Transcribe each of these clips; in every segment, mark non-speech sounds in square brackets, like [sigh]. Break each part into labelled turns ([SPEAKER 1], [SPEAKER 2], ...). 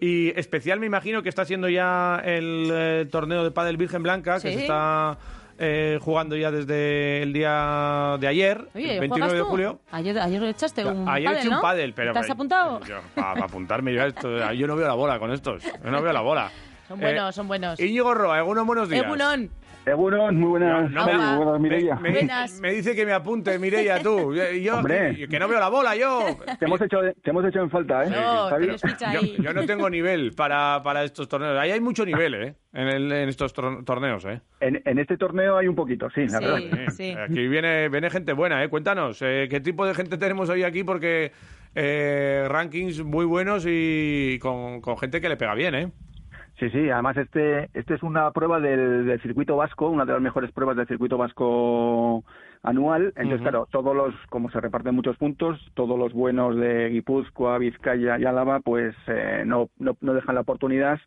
[SPEAKER 1] Y especial me imagino que está haciendo ya el eh, torneo de pádel Virgen Blanca, que
[SPEAKER 2] Sí.
[SPEAKER 1] se está eh, jugando ya desde el día de ayer,
[SPEAKER 2] Oye,
[SPEAKER 1] el
[SPEAKER 2] ¿juegas
[SPEAKER 1] 29 de
[SPEAKER 2] tú?
[SPEAKER 1] julio.
[SPEAKER 2] Ayer, ayer echaste un
[SPEAKER 1] Ayer
[SPEAKER 2] pádel,
[SPEAKER 1] eché
[SPEAKER 2] ¿no?
[SPEAKER 1] un pádel, pero... eh,
[SPEAKER 2] ¿Te has
[SPEAKER 1] pero-
[SPEAKER 2] apuntado?
[SPEAKER 1] yo- Para para apuntarme yo a esto, eh, yo no veo la bola con estos, yo no veo la bola.
[SPEAKER 2] Son
[SPEAKER 1] Eh,
[SPEAKER 2] buenos, son buenos.
[SPEAKER 1] Íñigo Roa, algunos buenos días.
[SPEAKER 2] Egunon.
[SPEAKER 3] Egunon, muy buenas.
[SPEAKER 1] No, no,
[SPEAKER 3] tardes,
[SPEAKER 2] Apa.
[SPEAKER 3] muy buenas, Mireia.
[SPEAKER 1] Me, me-
[SPEAKER 2] Buenas.
[SPEAKER 1] me dice que me apunte, Mireia, tú. Yo- yo-
[SPEAKER 3] Hombre.
[SPEAKER 1] que no veo la bola,
[SPEAKER 3] [laughs]
[SPEAKER 1] yo.
[SPEAKER 3] Te hemos, hecho, te hemos hecho en falta, ¿eh?
[SPEAKER 2] No,
[SPEAKER 3] Javi?
[SPEAKER 2] tienes ficha
[SPEAKER 1] Yo,
[SPEAKER 2] ahí.
[SPEAKER 1] yo no tengo nivel para, para estos torneos. Ahí hay mucho nivel, ¿eh? En, el- en estos tor- torneos, ¿eh?
[SPEAKER 3] En, en este torneo hay un poquito, sí, la
[SPEAKER 2] Sí.
[SPEAKER 3] verdad.
[SPEAKER 1] Eh,
[SPEAKER 2] Sí.
[SPEAKER 1] Aquí viene, viene gente buena, ¿eh? Cuéntanos, eh, ¿qué tipo de gente tenemos hoy aquí? Porque eh, rankings muy buenos y con, con gente que le pega bien, ¿eh?
[SPEAKER 3] Sí, sí, además este, este es una prueba del, del circuito vasco, una de las mejores pruebas del circuito vasco anual. Entonces, claro, todos los, como se reparten muchos puntos, todos los buenos de Guipúzcoa, Vizcaya y Álava, pues eh, no, no, no dejan la oportunidad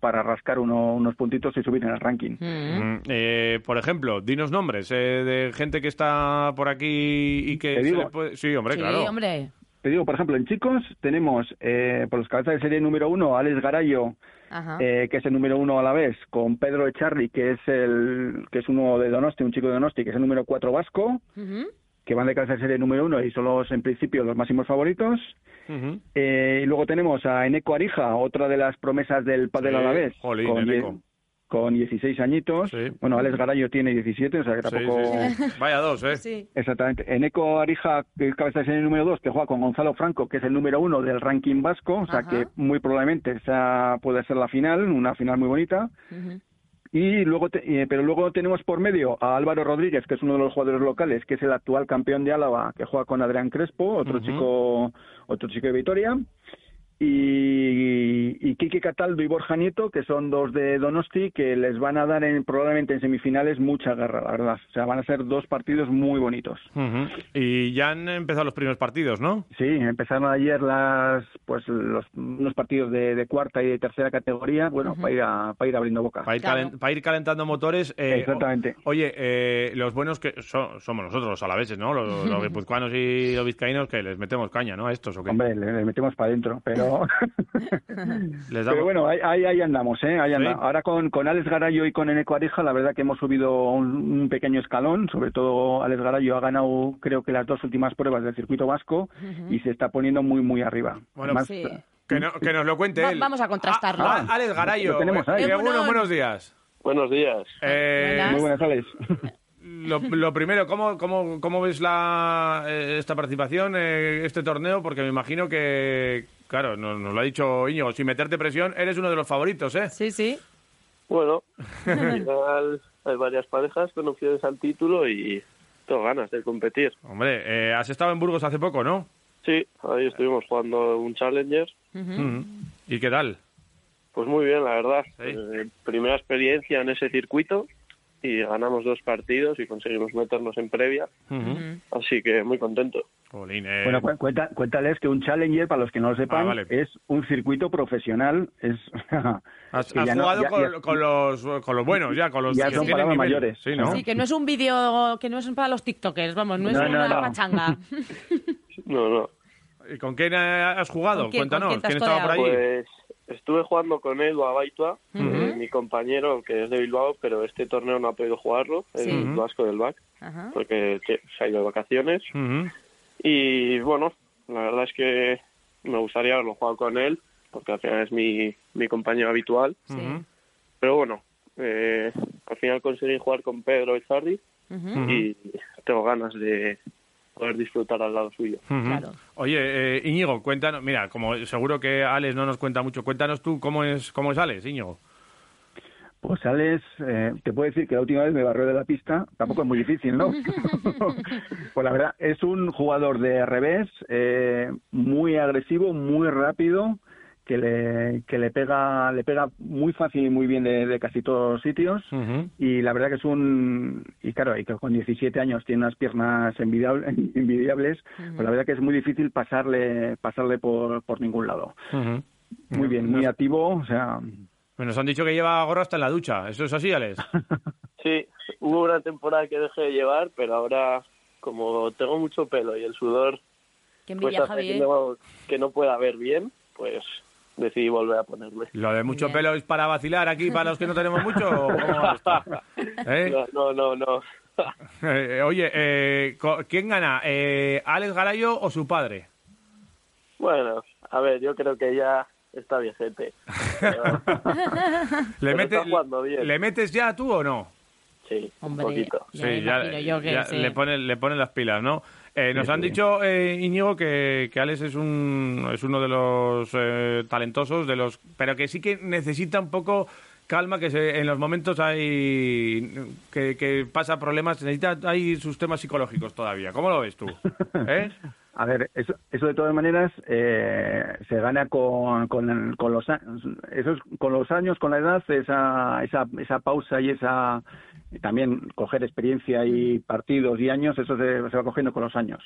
[SPEAKER 3] para rascar uno- unos puntitos y subir en el ranking.
[SPEAKER 1] Mm, eh, por ejemplo, dinos nombres eh, de gente que está por aquí y que...
[SPEAKER 3] Te
[SPEAKER 1] se
[SPEAKER 3] digo.
[SPEAKER 1] le puede- Sí, hombre,
[SPEAKER 2] Sí,
[SPEAKER 1] claro.
[SPEAKER 2] hombre.
[SPEAKER 3] Te digo, por ejemplo, en chicos tenemos eh, por los cabezas de serie número uno, Alex Garayo,
[SPEAKER 2] Ajá.
[SPEAKER 3] eh, que es el número uno a la vez, con Pedro Echarri, que es el que es uno de Donosti, un chico de Donosti, que es el número cuatro vasco,
[SPEAKER 2] Ujú.
[SPEAKER 3] que van de cabeza de serie número uno y son los, en principio, los máximos favoritos.
[SPEAKER 1] Ujú.
[SPEAKER 3] Eh, y luego tenemos a Eneco Arija, otra de las promesas del padel
[SPEAKER 1] Sí,
[SPEAKER 3] a la vez,
[SPEAKER 1] jolín,
[SPEAKER 3] con, die-
[SPEAKER 1] Eneco.
[SPEAKER 3] con 16 añitos.
[SPEAKER 1] Sí.
[SPEAKER 3] Bueno, Alex Garayo tiene 17, o sea que
[SPEAKER 1] Sí,
[SPEAKER 3] tampoco...
[SPEAKER 1] sí, sí. Vaya dos, ¿eh?
[SPEAKER 2] Sí.
[SPEAKER 3] Exactamente. Eneco Arija, que es cabeza de serie número 2, que juega con Gonzalo Franco, que es el número uno del ranking vasco, o sea
[SPEAKER 2] Ajá.
[SPEAKER 3] que muy probablemente esa puede ser la final, una final muy bonita.
[SPEAKER 2] Ujú.
[SPEAKER 3] Y luego, te- eh, pero luego tenemos por medio a Álvaro Rodríguez, que es uno de los jugadores locales, que es el actual campeón de Álava, que juega con Adrián Crespo, otro chico, otro chico de Vitoria, y, y Quique Cataldo y Borja Nieto, que son dos de Donosti, que les van a dar en, probablemente en semifinales mucha guerra, la verdad. O sea, van a ser dos partidos muy bonitos.
[SPEAKER 1] Ujú. Y ya han empezado los primeros partidos, ¿no?
[SPEAKER 3] Sí, empezaron ayer las, pues, los, unos partidos de, de cuarta y de tercera categoría, bueno, para ir a- para ir abriendo boca.
[SPEAKER 1] Para ir,
[SPEAKER 2] Claro.
[SPEAKER 1] calen- para ir calentando motores. eh,
[SPEAKER 3] Exactamente.
[SPEAKER 1] o- oye, eh, los buenos que so- somos nosotros los alaveses, ¿no? Los,
[SPEAKER 3] [laughs]
[SPEAKER 1] los guipuzcoanos y los vizcaínos que les metemos caña, ¿no? A estos, ¿o qué?
[SPEAKER 3] Hombre, le, le metemos para adentro,
[SPEAKER 1] [laughs]
[SPEAKER 3] pero...
[SPEAKER 1] Les damos-
[SPEAKER 3] [laughs] Pero bueno, ahí, ahí, ahí andamos, ¿eh? Ahí anda-
[SPEAKER 1] Sí.
[SPEAKER 3] Ahora con, con Alex Garayo y con Eneco Areja, la verdad que hemos subido un, un pequeño escalón. Sobre todo, Alex Garayo ha ganado, creo que las dos últimas pruebas del circuito vasco y se está poniendo muy, muy arriba.
[SPEAKER 1] Bueno,
[SPEAKER 3] Más- eh,
[SPEAKER 2] Sí.
[SPEAKER 1] que, no- que nos lo cuente
[SPEAKER 2] Va-
[SPEAKER 1] él.
[SPEAKER 2] vamos a contrastarlo.
[SPEAKER 1] Ah, ah, Alex Garayo.
[SPEAKER 3] Lo tenemos ahí.
[SPEAKER 1] eh, Egunon,
[SPEAKER 2] Egunon.
[SPEAKER 1] buenos días.
[SPEAKER 4] Buenos días.
[SPEAKER 1] Eh,
[SPEAKER 2] Ah, Buenas.
[SPEAKER 3] Muy buenas, Alex.
[SPEAKER 1] lo, lo primero, ¿cómo, cómo, cómo ves la, eh, esta participación, eh, este torneo? Porque me imagino que, claro, nos, nos lo ha dicho Íñigo, sin meterte presión, eres uno de los favoritos, ¿eh?
[SPEAKER 2] Sí, sí.
[SPEAKER 4] Bueno, al final hay varias parejas con opciones al título y tengo ganas de competir.
[SPEAKER 1] Hombre, eh, has estado en Burgos hace poco, ¿no?
[SPEAKER 4] Sí, ahí estuvimos jugando un Challenger.
[SPEAKER 1] Ujú. ¿Y qué tal?
[SPEAKER 4] Pues muy bien, la verdad.
[SPEAKER 1] Sí.
[SPEAKER 4] Eh, primera experiencia en ese circuito y ganamos dos partidos y conseguimos meternos en previa.
[SPEAKER 1] Mm.
[SPEAKER 4] Así que muy contento.
[SPEAKER 1] Jolín, eh,
[SPEAKER 3] Bueno, cu- cuenta- cuéntales que un Challenger, para los que no lo sepan,
[SPEAKER 1] Ah, vale.
[SPEAKER 3] es un circuito profesional. Es... [laughs]
[SPEAKER 1] has,
[SPEAKER 3] que
[SPEAKER 1] has
[SPEAKER 3] ya no-
[SPEAKER 1] jugado
[SPEAKER 3] ya-
[SPEAKER 1] con,
[SPEAKER 3] ya-
[SPEAKER 1] con los, con los buenos, ya, con los
[SPEAKER 3] Ya
[SPEAKER 1] que
[SPEAKER 3] son
[SPEAKER 1] tienen
[SPEAKER 3] palabras
[SPEAKER 1] nivel.
[SPEAKER 3] mayores.
[SPEAKER 1] Sí, ¿no?
[SPEAKER 2] Sí, que no es un vídeo, que no es para los TikTokers, vamos, no es
[SPEAKER 3] No, no,
[SPEAKER 2] una
[SPEAKER 1] [laughs]
[SPEAKER 3] no.
[SPEAKER 2] pachanga.
[SPEAKER 4] No, no.
[SPEAKER 1] ¿Y con quién eh, has jugado?
[SPEAKER 2] ¿Con quién-
[SPEAKER 1] Cuéntanos,
[SPEAKER 2] con quién te has
[SPEAKER 1] ¿quién estaba por ahí?
[SPEAKER 2] codeado?
[SPEAKER 4] Pues estuve jugando con Edu Abaitua, eh,
[SPEAKER 2] Ujú.
[SPEAKER 4] mi compañero que es de Bilbao, pero este torneo no ha podido jugarlo,
[SPEAKER 2] Sí.
[SPEAKER 4] el
[SPEAKER 1] Ujú.
[SPEAKER 4] Vasco del BAC,
[SPEAKER 2] Ajá.
[SPEAKER 1] Pues,
[SPEAKER 4] porque che, se ha ido de vacaciones.
[SPEAKER 1] Ujú.
[SPEAKER 4] Y bueno, la verdad es que me gustaría haberlo jugado con él, porque al final es mi, mi compañero habitual.
[SPEAKER 1] mm.
[SPEAKER 2] Sí.
[SPEAKER 4] Pero bueno, eh, al final conseguí jugar con Pedro Echarri
[SPEAKER 2] Ujú.
[SPEAKER 4] y tengo ganas de poder disfrutar al lado suyo.
[SPEAKER 1] Ujú.
[SPEAKER 2] Claro.
[SPEAKER 1] Oye, eh, Íñigo, cuéntanos, mira, como seguro que Alex no nos cuenta mucho, cuéntanos tú cómo es, cómo es Alex, Íñigo.
[SPEAKER 3] Pues Alex, eh, te puedo decir que la última vez me barrió de la pista, tampoco es muy difícil, ¿no? pues la verdad, es un jugador de revés, eh, muy agresivo, muy rápido, que le, que le pega le pega muy fácil y muy bien de, de casi todos sitios
[SPEAKER 1] Ujú.
[SPEAKER 3] y la verdad que es un y claro y que con 17 años tiene unas piernas envidiable- [laughs] envidiables pues la verdad que es muy difícil pasarle pasarle por, por ningún lado
[SPEAKER 1] Ujú.
[SPEAKER 3] muy bien muy activo o sea
[SPEAKER 1] Bueno, Nos han dicho que lleva gorro hasta en la ducha. ¿Eso es así,
[SPEAKER 2] [laughs]
[SPEAKER 1] Alex?
[SPEAKER 4] Sí, hubo una temporada que dejé de llevar, pero ahora como tengo mucho pelo y el sudor
[SPEAKER 2] Qué
[SPEAKER 4] pues
[SPEAKER 2] envidia,
[SPEAKER 4] hace que
[SPEAKER 2] Javier.
[SPEAKER 4] no, que no pueda ver bien, pues decidí volver a ponerle.
[SPEAKER 1] ¿Lo de mucho
[SPEAKER 2] Bien.
[SPEAKER 1] pelo es para vacilar aquí, para los que no tenemos mucho? ¿o cómo va esto?
[SPEAKER 3] [laughs]
[SPEAKER 1] ¿Eh?
[SPEAKER 4] No, no, no, no.
[SPEAKER 1] Eh, oye, eh, co- ¿quién gana? Eh, ¿Alex Garayo o su padre?
[SPEAKER 4] Bueno, a ver, yo creo que ya está viejete.
[SPEAKER 1] [laughs] ¿Le,
[SPEAKER 4] Pero está jugando bien.
[SPEAKER 1] ¿Le metes ya tú o no?
[SPEAKER 4] Sí,
[SPEAKER 2] Hombre,
[SPEAKER 4] un poquito.
[SPEAKER 2] Ya me imagino yo que sí.
[SPEAKER 1] le, ponen, le ponen las pilas, ¿no? Eh, nos han dicho, eh, Íñigo, que, que Alex es, un, es uno de los eh, talentosos, de los pero que sí que necesita un poco calma, que se- en los momentos hay que, que pasa problemas, necesita hay sus temas psicológicos todavía. ¿Cómo lo [laughs] ves tú? ¿Eh?
[SPEAKER 3] A ver, eso, eso de todas maneras eh, se gana con, con, con los a- esos, con los años, con la edad, esa, esa, esa pausa y esa también coger experiencia y partidos y años, eso se, se va cogiendo con los años.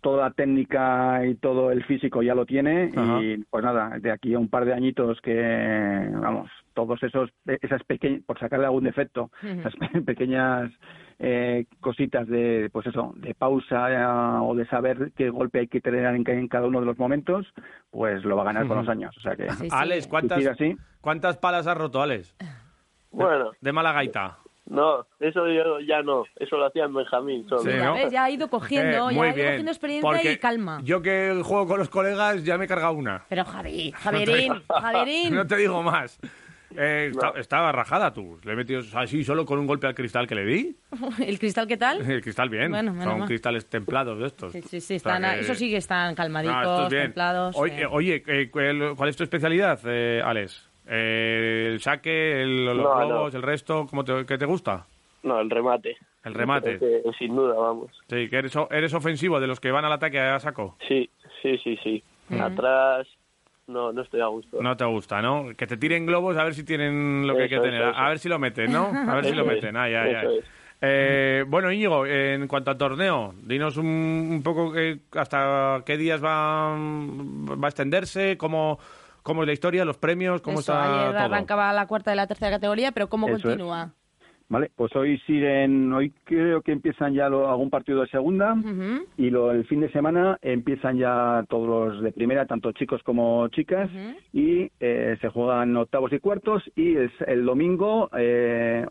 [SPEAKER 3] Toda la técnica y todo el físico ya lo tiene
[SPEAKER 1] Ajá.
[SPEAKER 3] y pues nada, de aquí a un par de añitos que vamos, todos esos esas pequeñas por sacarle algún defecto, esas [laughs] pe- pequeñas eh, cositas de pues eso de pausa eh, o de saber qué golpe hay que tener en, ca- en cada uno de los momentos pues lo va a ganar con los años o sea que
[SPEAKER 2] Sí, sí.
[SPEAKER 1] Alex, ¿cuántas,
[SPEAKER 3] Si sigue así.
[SPEAKER 1] ¿cuántas palas has roto, Alex?
[SPEAKER 4] Bueno,
[SPEAKER 1] De mala gaita.
[SPEAKER 4] no, eso yo ya no. Eso lo hacía en Benjamín solo.
[SPEAKER 1] Sí,
[SPEAKER 2] Ya
[SPEAKER 1] ¿no?
[SPEAKER 2] ves, ya ha ido cogiendo,
[SPEAKER 1] Eh,
[SPEAKER 2] ya
[SPEAKER 1] muy
[SPEAKER 2] ha ido
[SPEAKER 1] bien,
[SPEAKER 2] cogiendo experiencia
[SPEAKER 1] porque
[SPEAKER 2] y calma.
[SPEAKER 1] Yo que juego con los colegas ya me he cargado una. [laughs]
[SPEAKER 2] Pero Javi, Javierín, Javierín. [laughs]
[SPEAKER 1] No te digo más. Eh, esta- Estaba rajada tú. Le he metido así solo con un golpe al cristal que le di. [laughs]
[SPEAKER 2] ¿El cristal qué tal?
[SPEAKER 1] El cristal bien.
[SPEAKER 2] Bueno, menos
[SPEAKER 1] Son
[SPEAKER 2] mal.
[SPEAKER 1] cristales templados de estos.
[SPEAKER 2] Sí, sí, sí,
[SPEAKER 1] O sea
[SPEAKER 2] están,
[SPEAKER 1] que-
[SPEAKER 2] eso sí que están
[SPEAKER 1] No,
[SPEAKER 2] calmaditos,
[SPEAKER 1] esto es bien.
[SPEAKER 2] templados.
[SPEAKER 1] Oye,
[SPEAKER 2] eh.
[SPEAKER 1] eh, oye, eh, ¿cuál cuál es tu especialidad, eh, Alex? Eh, ¿El saque, el- los
[SPEAKER 4] No,
[SPEAKER 1] globos, el resto? ¿cómo te, ¿Qué te gusta?
[SPEAKER 4] No, el remate.
[SPEAKER 1] El remate.
[SPEAKER 4] Creo que sin duda, vamos.
[SPEAKER 1] Sí, que eres, o- eres ofensivo de los que van al ataque a saco.
[SPEAKER 4] Sí, sí, sí, sí. Atrás, no, no estoy a gusto.
[SPEAKER 1] No te gusta, ¿no? Que te tiren globos a ver si tienen lo que hay que
[SPEAKER 4] Eso,
[SPEAKER 1] tener.
[SPEAKER 4] eso,
[SPEAKER 1] a-
[SPEAKER 4] eso.
[SPEAKER 1] A ver si lo meten, ¿no? A ver si
[SPEAKER 4] Eso
[SPEAKER 1] lo
[SPEAKER 4] es,
[SPEAKER 1] meten. Ah, ya, ya.
[SPEAKER 4] eso es.
[SPEAKER 1] Eh, bueno, Íñigo, en cuanto al torneo, dinos un, un poco qué- hasta qué días va, va a extenderse, cómo, cómo es la historia, los premios, cómo
[SPEAKER 2] Eso,
[SPEAKER 1] está
[SPEAKER 2] ayer
[SPEAKER 1] todo.
[SPEAKER 2] arrancaba la cuarta de la tercera categoría, pero ¿cómo
[SPEAKER 3] Eso es.
[SPEAKER 2] continúa?
[SPEAKER 3] vale pues hoy siguen hoy creo que empiezan ya lo- algún partido de segunda
[SPEAKER 2] Ujú.
[SPEAKER 3] y lo, el fin de semana empiezan ya todos los de primera tanto chicos como chicas y eh, se juegan octavos y cuartos y es el domingo eh,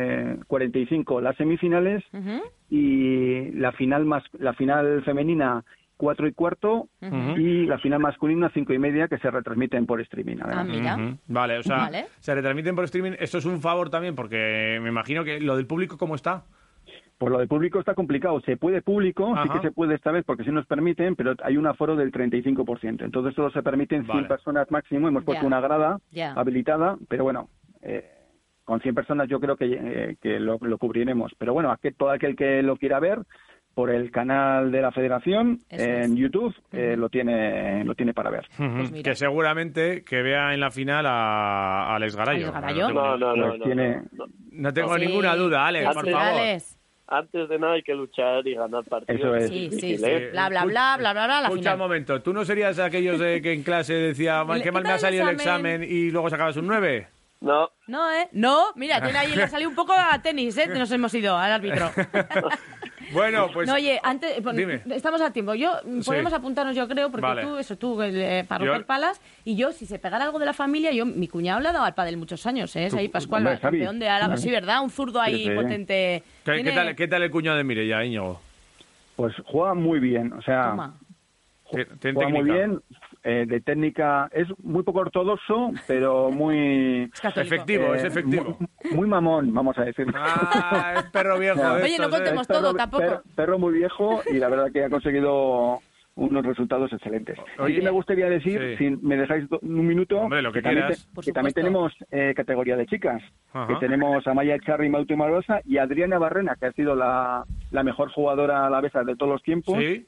[SPEAKER 3] 11:45 las semifinales
[SPEAKER 2] Ujú.
[SPEAKER 3] y la final más la final femenina cuatro y cuarto y la final masculina cinco y media que se retransmiten por streaming
[SPEAKER 2] Ah,
[SPEAKER 3] además.
[SPEAKER 2] mira.
[SPEAKER 1] Ujú. Vale, o sea,
[SPEAKER 2] Vale.
[SPEAKER 1] se retransmiten por streaming. Esto es un favor también, porque me imagino que lo del público, ¿cómo está?
[SPEAKER 3] por lo del público está complicado se puede público sí
[SPEAKER 1] Ajá.
[SPEAKER 3] que se puede esta vez porque sí nos permiten pero hay un aforo del 35% entonces solo se permiten 100
[SPEAKER 1] Vale.
[SPEAKER 3] personas máximo hemos puesto
[SPEAKER 2] Ya.
[SPEAKER 3] una grada
[SPEAKER 2] Ya.
[SPEAKER 3] habilitada pero bueno eh, con 100 personas yo creo que, eh, que lo, lo cubriremos pero bueno aquel- todo aquel que lo quiera ver por el canal de la Federación
[SPEAKER 2] Eso
[SPEAKER 3] en
[SPEAKER 2] es.
[SPEAKER 3] YouTube eh, lo tiene lo tiene para ver
[SPEAKER 2] Pues
[SPEAKER 1] Ujú.
[SPEAKER 2] mira.
[SPEAKER 1] que seguramente que vea en la final a, a Alex Garayo.
[SPEAKER 2] Alex Garayo.
[SPEAKER 1] tengo
[SPEAKER 4] No,
[SPEAKER 1] ni-
[SPEAKER 4] no, no.
[SPEAKER 3] Pues
[SPEAKER 4] no,
[SPEAKER 3] tiene-
[SPEAKER 4] no.
[SPEAKER 1] No tengo
[SPEAKER 2] Ah, Sí.
[SPEAKER 1] ninguna duda, Alex,
[SPEAKER 2] Sí,
[SPEAKER 1] por
[SPEAKER 2] sí,
[SPEAKER 1] favor.
[SPEAKER 2] Alex.
[SPEAKER 4] Antes de nada hay que luchar y ganar partidos.
[SPEAKER 3] Eso es.
[SPEAKER 2] Sí, sí,
[SPEAKER 4] difícil,
[SPEAKER 2] sí.
[SPEAKER 4] ¿eh?
[SPEAKER 2] Bla, bla, bla, bla, bla, bla, la
[SPEAKER 1] Escucha un
[SPEAKER 2] final.
[SPEAKER 1] momento, ¿tú no serías aquellos de que en clase decía, "Man,
[SPEAKER 2] Le-
[SPEAKER 1] qué mal
[SPEAKER 2] ¿qué
[SPEAKER 1] me ha
[SPEAKER 2] tal
[SPEAKER 1] salido el
[SPEAKER 2] el examen?"
[SPEAKER 1] examen y luego sacabas un 9?
[SPEAKER 4] No,
[SPEAKER 2] No, ¿eh? No, mira, tiene ahí, le salió un poco a tenis, ¿eh? Nos hemos ido al
[SPEAKER 1] [laughs]
[SPEAKER 2] árbitro. [laughs]
[SPEAKER 1] Bueno, pues
[SPEAKER 2] no, oye, antes, eh, pon-
[SPEAKER 1] dime.
[SPEAKER 2] estamos a tiempo. Yo mm,
[SPEAKER 1] Sí.
[SPEAKER 2] podemos apuntarnos, yo creo, porque
[SPEAKER 1] Vale.
[SPEAKER 2] tú, eso, tú, el, eh, para
[SPEAKER 1] Yo-
[SPEAKER 2] romper palas. Y yo, si se pegara algo de la familia, yo, mi cuñado le ha dado al pádel muchos años, ¿eh? Es ahí Pascual,
[SPEAKER 3] hombre, Javi.
[SPEAKER 2] campeón de Álava. Sí, ¿verdad? Un zurdo ahí
[SPEAKER 3] Sí, sí.
[SPEAKER 2] potente.
[SPEAKER 1] ¿qué,
[SPEAKER 2] Tiene-
[SPEAKER 1] qué tal, qué tal el cuñado de Mireia, Íñigo?
[SPEAKER 3] pues juega muy bien o sea
[SPEAKER 2] Toma.
[SPEAKER 1] ¿Tiene tiene
[SPEAKER 3] juega muy
[SPEAKER 1] técnica?
[SPEAKER 3] bien eh, de técnica es muy poco ortodoxo pero muy
[SPEAKER 2] Es católico.
[SPEAKER 1] Efectivo, es
[SPEAKER 3] eh,
[SPEAKER 1] efectivo.
[SPEAKER 3] muy, muy mamón vamos a decir
[SPEAKER 1] Ah, es perro
[SPEAKER 3] [laughs]
[SPEAKER 1] viejo.
[SPEAKER 3] Oye,
[SPEAKER 1] de
[SPEAKER 2] no
[SPEAKER 1] estos, ¿eh?
[SPEAKER 2] contemos. todo, tampoco.
[SPEAKER 3] per- perro muy viejo y la verdad que ha conseguido unos resultados excelentes.
[SPEAKER 1] Oye.
[SPEAKER 3] Oye, me gustaría decir,
[SPEAKER 1] Sí.
[SPEAKER 3] si me dejáis do- un minuto,
[SPEAKER 1] Hombre, lo que
[SPEAKER 3] también,
[SPEAKER 1] quieras.
[SPEAKER 2] Por
[SPEAKER 3] que también tenemos
[SPEAKER 2] supuesto.
[SPEAKER 3] eh, categoría de chicas,
[SPEAKER 1] Ajá.
[SPEAKER 3] que tenemos a Maya Charri, Maute Marosa y Adriana Barrena, que ha sido la, la mejor jugadora alavesa de todos los tiempos,
[SPEAKER 1] Sí.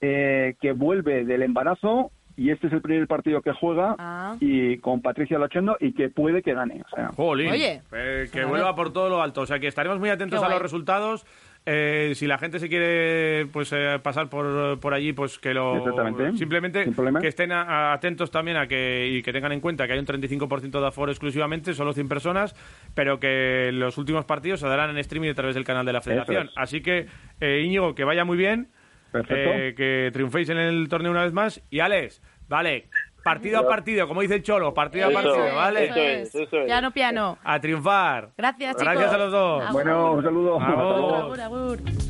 [SPEAKER 3] eh, que vuelve del embarazo y este es el primer partido que juega
[SPEAKER 2] Ah.
[SPEAKER 3] y con Patricia Lochondo y que puede que gane. O sea,
[SPEAKER 1] Jolín.
[SPEAKER 2] Oye.
[SPEAKER 1] Eh, que
[SPEAKER 2] A
[SPEAKER 1] vuelva
[SPEAKER 2] ver.
[SPEAKER 1] por todo lo alto. O sea, que estaremos muy atentos
[SPEAKER 2] Qué
[SPEAKER 1] a los
[SPEAKER 2] guay.
[SPEAKER 1] resultados. Eh, si la gente se quiere pues eh, pasar por, por allí, pues que lo...
[SPEAKER 3] Exactamente.
[SPEAKER 1] Simplemente
[SPEAKER 3] Sin problema.
[SPEAKER 1] que estén a- a- atentos también a que y que tengan en cuenta que hay un 35% de aforo exclusivamente, solo 100 personas, pero que los últimos partidos se darán en streaming a través del canal de la federación.
[SPEAKER 3] es.
[SPEAKER 1] Así que, eh, Íñigo, que vaya muy bien,
[SPEAKER 3] Perfecto.
[SPEAKER 1] eh, que triunféis en el torneo una vez más. Y Alex, vale, partido a partido, como dice el Cholo, partido a
[SPEAKER 4] Eso,
[SPEAKER 1] partido, ¿vale?
[SPEAKER 4] eso es, eso es.
[SPEAKER 2] Piano, piano.
[SPEAKER 1] A triunfar.
[SPEAKER 2] Gracias, chicos. Ah,
[SPEAKER 1] Gracias a los dos.
[SPEAKER 2] Agur,
[SPEAKER 3] bueno, un saludo.
[SPEAKER 1] Bravo.
[SPEAKER 2] agur, agur.